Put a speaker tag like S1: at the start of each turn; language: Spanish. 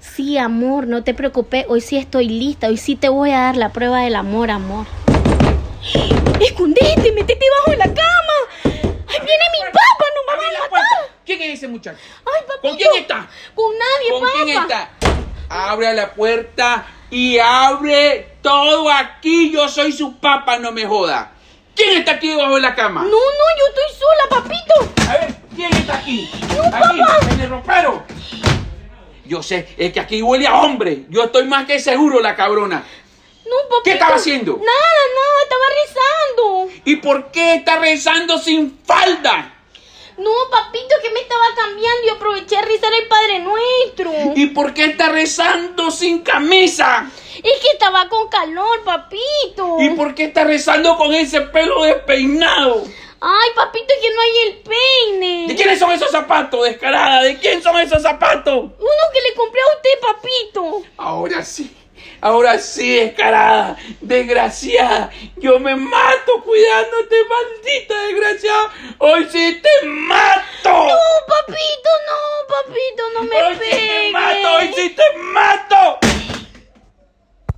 S1: sí, amor, no te preocupes, hoy sí estoy lista, hoy sí te voy a dar la prueba del amor, amor. ¡Escondete! ¡Metete bajo la cama! ¡Ay, viene mi papá! ¡No me
S2: Abre
S1: va
S2: la
S1: a matar!
S2: puerta. ¿Quién es ese muchacho?
S1: ¡Ay, papito!
S2: ¿Con quién está?
S1: ¡Con nadie,
S2: ¿Con
S1: papá!
S2: quién está? Abre la puerta y abre todo aquí. Yo soy su papá, no me joda. ¿Quién está aquí debajo de la cama?
S1: No, no, yo estoy sola, papito.
S2: A ver, ¿quién está aquí?
S1: No,
S2: aquí,
S1: papá.
S2: en el ropero. Yo sé, es que aquí huele a hombre. Yo estoy más que seguro, la cabrona.
S1: No, papito.
S2: ¿Qué estaba haciendo?
S1: Nada, nada, estaba rezando.
S2: ¿Y por qué está rezando sin falda?
S1: No, papito, que me estaba cambiando y aproveché a rezar el Padre Nuestro.
S2: ¿Y por qué está rezando sin camisa?
S1: Es que estaba con calor, papito.
S2: ¿Y por qué está rezando con ese pelo despeinado?
S1: Ay, papito, que no hay el peine.
S2: ¿De quiénes son esos zapatos, descarada? ¿De quién son esos zapatos?
S1: Uno que le compré a usted, papito.
S2: Ahora sí, ahora sí, descarada, desgraciada. Yo me mato cuidándote, maldita desgraciada. Hoy sí te mato.
S1: No, papito, no, papito, no me
S2: hoy sí
S1: pegue.
S2: te mato, hoy sí te mato.